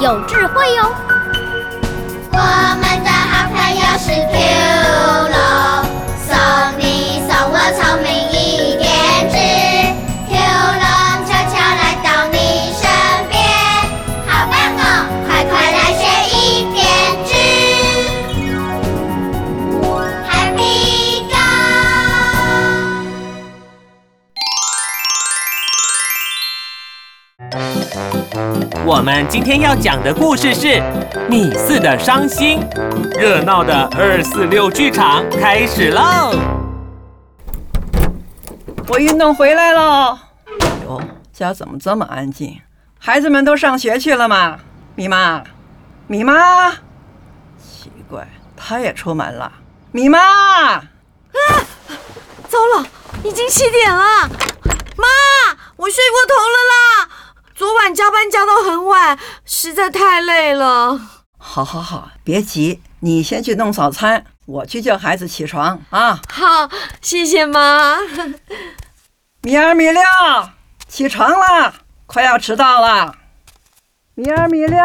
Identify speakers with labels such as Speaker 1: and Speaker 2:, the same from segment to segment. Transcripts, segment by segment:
Speaker 1: 有智慧哦哟、
Speaker 2: 我们的好朋友是 Q 龙，送你送我聪明一点智，Q 龙悄悄来到你身边，好棒哦！快快来学一点智，Happy Go！
Speaker 3: 我们今天要讲的故事是《米四的伤心》，热闹的二四六剧场开始喽！
Speaker 4: 我运动回来喽。哟，哎家怎么这么安静？孩子们都上学去了吗？米妈，米妈，奇怪，她也出门了。米妈，
Speaker 5: 糟了，已经七点了，妈，我睡过头了啦！昨晚加班加到很晚，实在太累了。
Speaker 4: 好好好，别急，你先去弄早餐，我去叫孩子起床啊。
Speaker 5: 好，谢谢妈。
Speaker 4: 米二米六，起床啦，快要迟到了。米二米六，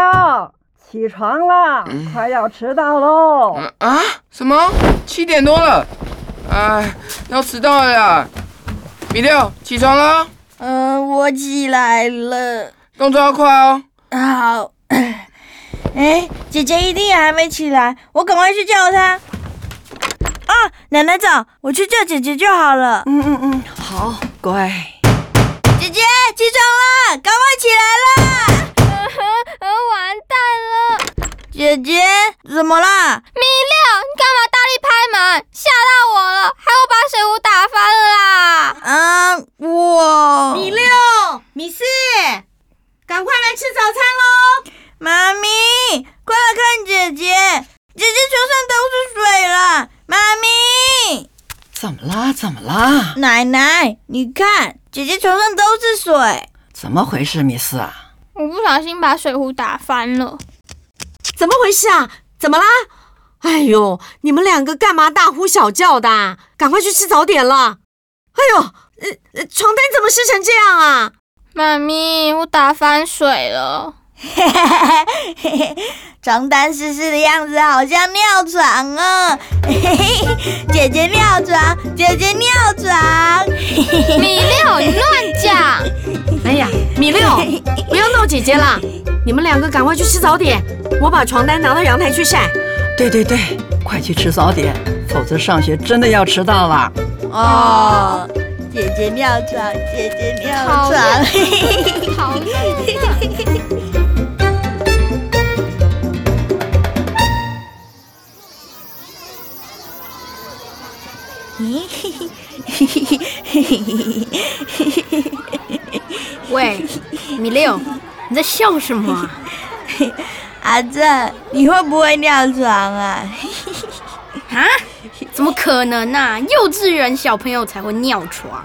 Speaker 4: 起床啦，快要迟到喽。
Speaker 6: 嗯啊？什么？七点多了，哎，要迟到了呀！米六，起床啦，
Speaker 7: 嗯、我起来了。
Speaker 6: 动作要快哦。
Speaker 7: 好，哎，姐姐一定还没起来，我赶快去叫她。啊，奶奶早，我去叫姐姐就好了。
Speaker 4: 嗯嗯嗯，好，乖。
Speaker 7: 姐姐起床了，赶快起来啦！
Speaker 8: 呃完蛋了！
Speaker 7: 姐姐怎么啦？
Speaker 8: 米六，你干嘛大力拍门？吓到我了，害我把水壶打翻了啦！
Speaker 7: 啊，我
Speaker 5: 米六、米四，赶快来吃早餐喽！
Speaker 7: 妈咪，快来看姐姐，姐姐球上都是水了。妈咪，
Speaker 4: 怎么啦？怎么啦？
Speaker 7: 奶奶，你看，姐姐球上都是水。
Speaker 4: 怎么回事，米四啊？
Speaker 8: 我不小心把水壶打翻了。
Speaker 5: 怎么回事啊？怎么啦？哎呦，你们两个干嘛大呼小叫的啊？赶快去吃早点了！哎呦，呃，呃床单怎么湿成这样啊？
Speaker 8: 妈咪，我打翻水了。
Speaker 7: 床单湿湿的样子，好像尿床哦。 姐姐尿床，姐姐尿床。
Speaker 8: 米六，你乱讲！
Speaker 5: 哎呀，米六，不要闹姐姐啦！你们两个赶快去吃早点，我把床单拿到阳台去晒。
Speaker 4: 对对对，快去吃早点，否则上学真的要迟到了。
Speaker 7: 哦，姐姐尿床，姐姐尿
Speaker 8: 讨
Speaker 7: 床。
Speaker 8: 厌，讨厌啊！
Speaker 9: 喂，米六，你在笑什么 啊？
Speaker 7: 阿正，啊你会不会尿床啊？
Speaker 9: 啊？怎么可能啊？幼稚园小朋友才会尿 床。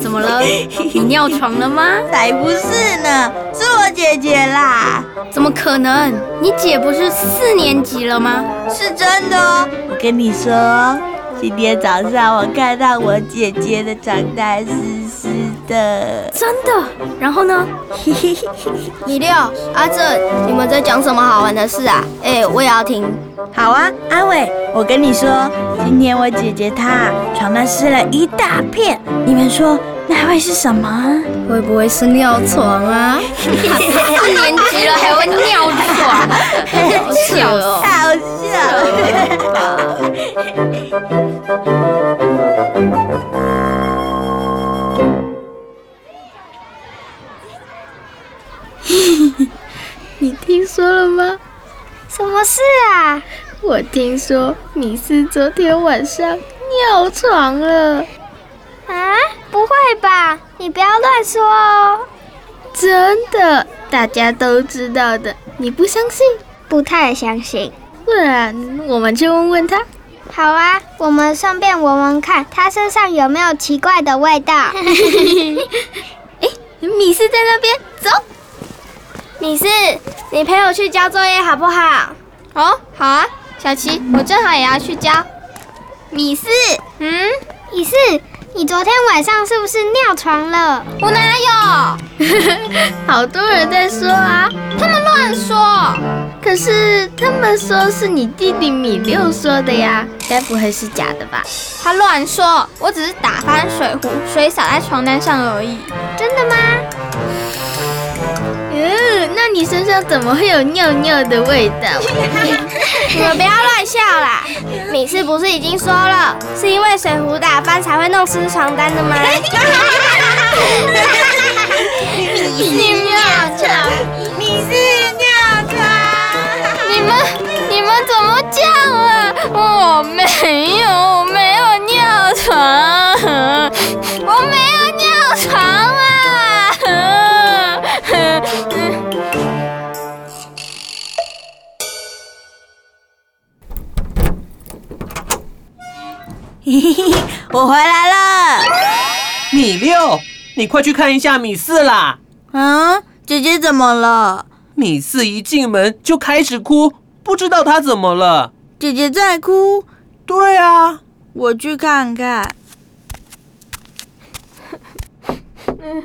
Speaker 9: 怎么了？你尿床了吗？
Speaker 7: 才不是呢，是我姐姐啦，
Speaker 9: 怎么可能？你姐不是四年级了吗？
Speaker 7: 是真的哦。我跟你说哦，今天早上我看到我姐姐的床单湿湿的。
Speaker 9: 真的？然后呢？
Speaker 7: 米六、阿正，你们在讲什么好玩的事啊？哎、我也要听。好啊，阿伟，我跟你说，今天我姐姐她床单湿了一大片，你们说那会是什么啊？
Speaker 9: 会不会是尿床啊？四年级了还会尿 床，好笑哦。
Speaker 7: 好笑。
Speaker 10: 你听说了吗？什么事啊？我听说米斯昨天晚上尿床了，
Speaker 8: 啊，不会吧？你不要乱说哦！
Speaker 10: 真的，大家都知道的，你不相信？
Speaker 2: 不太相信。
Speaker 10: 不然我们去问问他。
Speaker 2: 好啊，我们顺便闻闻看，他身上有没有奇怪的味道。
Speaker 8: 米斯在那边，走。米斯，你陪我去交作业好不好？哦，好啊。小琪，我正好也要去交。米斯，嗯，
Speaker 2: 米斯，你昨天晚上是不是尿床了？
Speaker 8: 我哪有？
Speaker 10: 好多人在说啊，
Speaker 8: 他们乱说。
Speaker 10: 可是他们说是你弟弟米六说的呀，该不会是假的吧？
Speaker 8: 他乱说，我只是打翻水壶，水洒在床单上而已。
Speaker 2: 真的吗？
Speaker 10: 嗯，那你身上怎么会有尿尿的味 道？
Speaker 8: 你们不要乱笑啦！米氏不是已经说了，是因为水壶打翻才会弄湿床单的吗？
Speaker 2: 米是尿床，米是尿床。
Speaker 8: 你们你们怎么这样啊？我没有，我没有尿床，我没有尿床啊！
Speaker 7: 嘿嘿嘿，我回来了。
Speaker 3: 米六，你快去看一下米四啦！
Speaker 7: 嗯，姐姐怎么了？
Speaker 3: 米四一进门就开始哭，不知道他怎么了。
Speaker 7: 姐姐在哭。
Speaker 3: 对啊，
Speaker 7: 我去看看。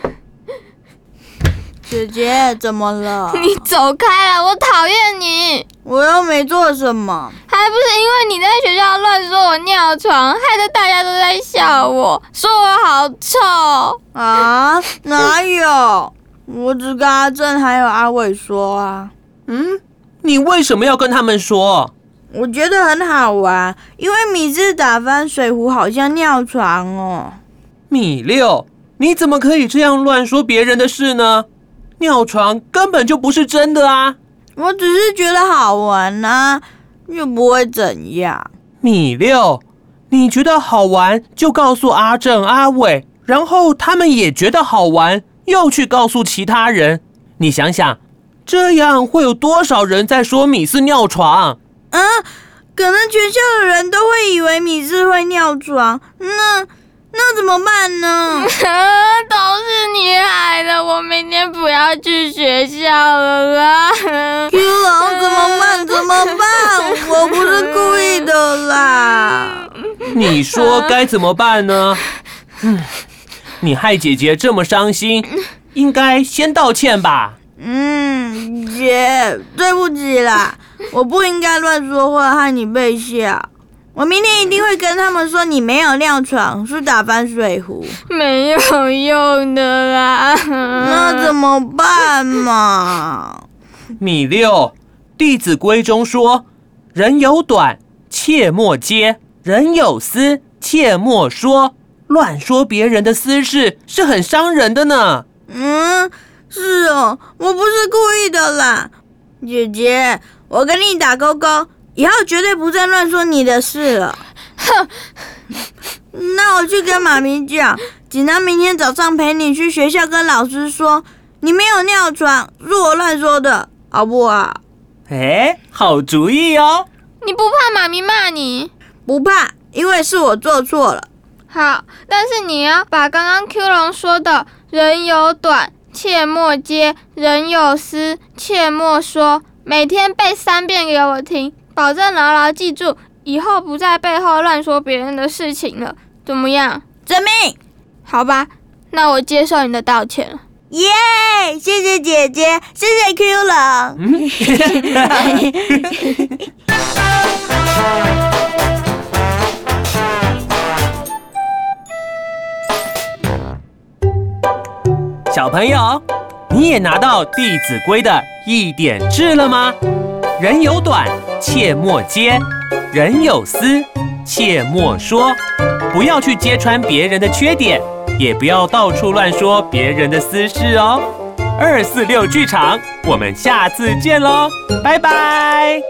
Speaker 7: 姐姐怎么了？
Speaker 8: 你走开啊了，我讨厌你！
Speaker 7: 我又没做什么。
Speaker 8: 还不是因为你在学校乱说我尿床，害得大家都在笑我，说我好臭。
Speaker 7: 啊？哪有？我只跟阿正还有阿伟说啊。
Speaker 3: 嗯，你为什么要跟他们说？
Speaker 7: 我觉得很好玩，因为米字打翻水壶好像尿床哦。
Speaker 3: 米六，你怎么可以这样乱说别人的事呢？尿床根本就不是真的啊！
Speaker 7: 我只是觉得好玩啊，又不会怎样。
Speaker 3: 米六，你觉得好玩就告诉阿正、阿伟，然后他们也觉得好玩，又去告诉其他人。你想想，这样会有多少人在说米是尿床？
Speaker 7: 嗯，可能全校的人都会以为米字会尿床，那那怎么办呢？
Speaker 8: 都是你害的，我明天不要去学校了啦。
Speaker 7: Q 龙怎么办？怎么办？我不是故意的啦。
Speaker 3: 你说该怎么办呢？嗯，你害姐姐这么伤心，应该先道歉吧。
Speaker 7: 嗯，姐，对不起啦，我不应该乱说话，害你被笑。我明天一定会跟他们说你没有尿床，是打翻水壶。
Speaker 8: 没有用的啦。那
Speaker 7: 那怎么办嘛？
Speaker 3: 米六，《弟子规》中说：“人有短，切莫揭；人有私，切莫说。”乱说别人的私事是很伤人的呢。
Speaker 7: 嗯，是哦，我不是故意的啦，姐姐，我跟你打勾勾，以后绝对不再乱说你的事了。
Speaker 8: 哼，
Speaker 7: 那我去跟妈咪讲，警察明天早上陪你去学校跟老师说，你没有尿床，是我乱说的，好不好？
Speaker 3: 哎，好主意哦！
Speaker 8: 你不怕妈咪骂你？
Speaker 7: 不怕，因为是我做错了。
Speaker 8: 好，但是你要把刚刚 Q 龙说的“人有短，切莫揭；人有私，切莫说”，每天背三遍给我听，保证牢牢记住，以后不在背后乱说别人的事情了，怎么样？
Speaker 7: 遵命。
Speaker 8: 好吧，那我接受你的道歉了。
Speaker 7: 耶谢谢姐姐，谢谢 Q 龙。
Speaker 3: 小朋友，你也拿到《弟子规》的一点志了吗？人有短，切莫揭；人有私，切莫说。不要去揭穿别人的缺点，也不要到处乱说别人的私事哦。二四六剧场，我们下次见喽，拜拜。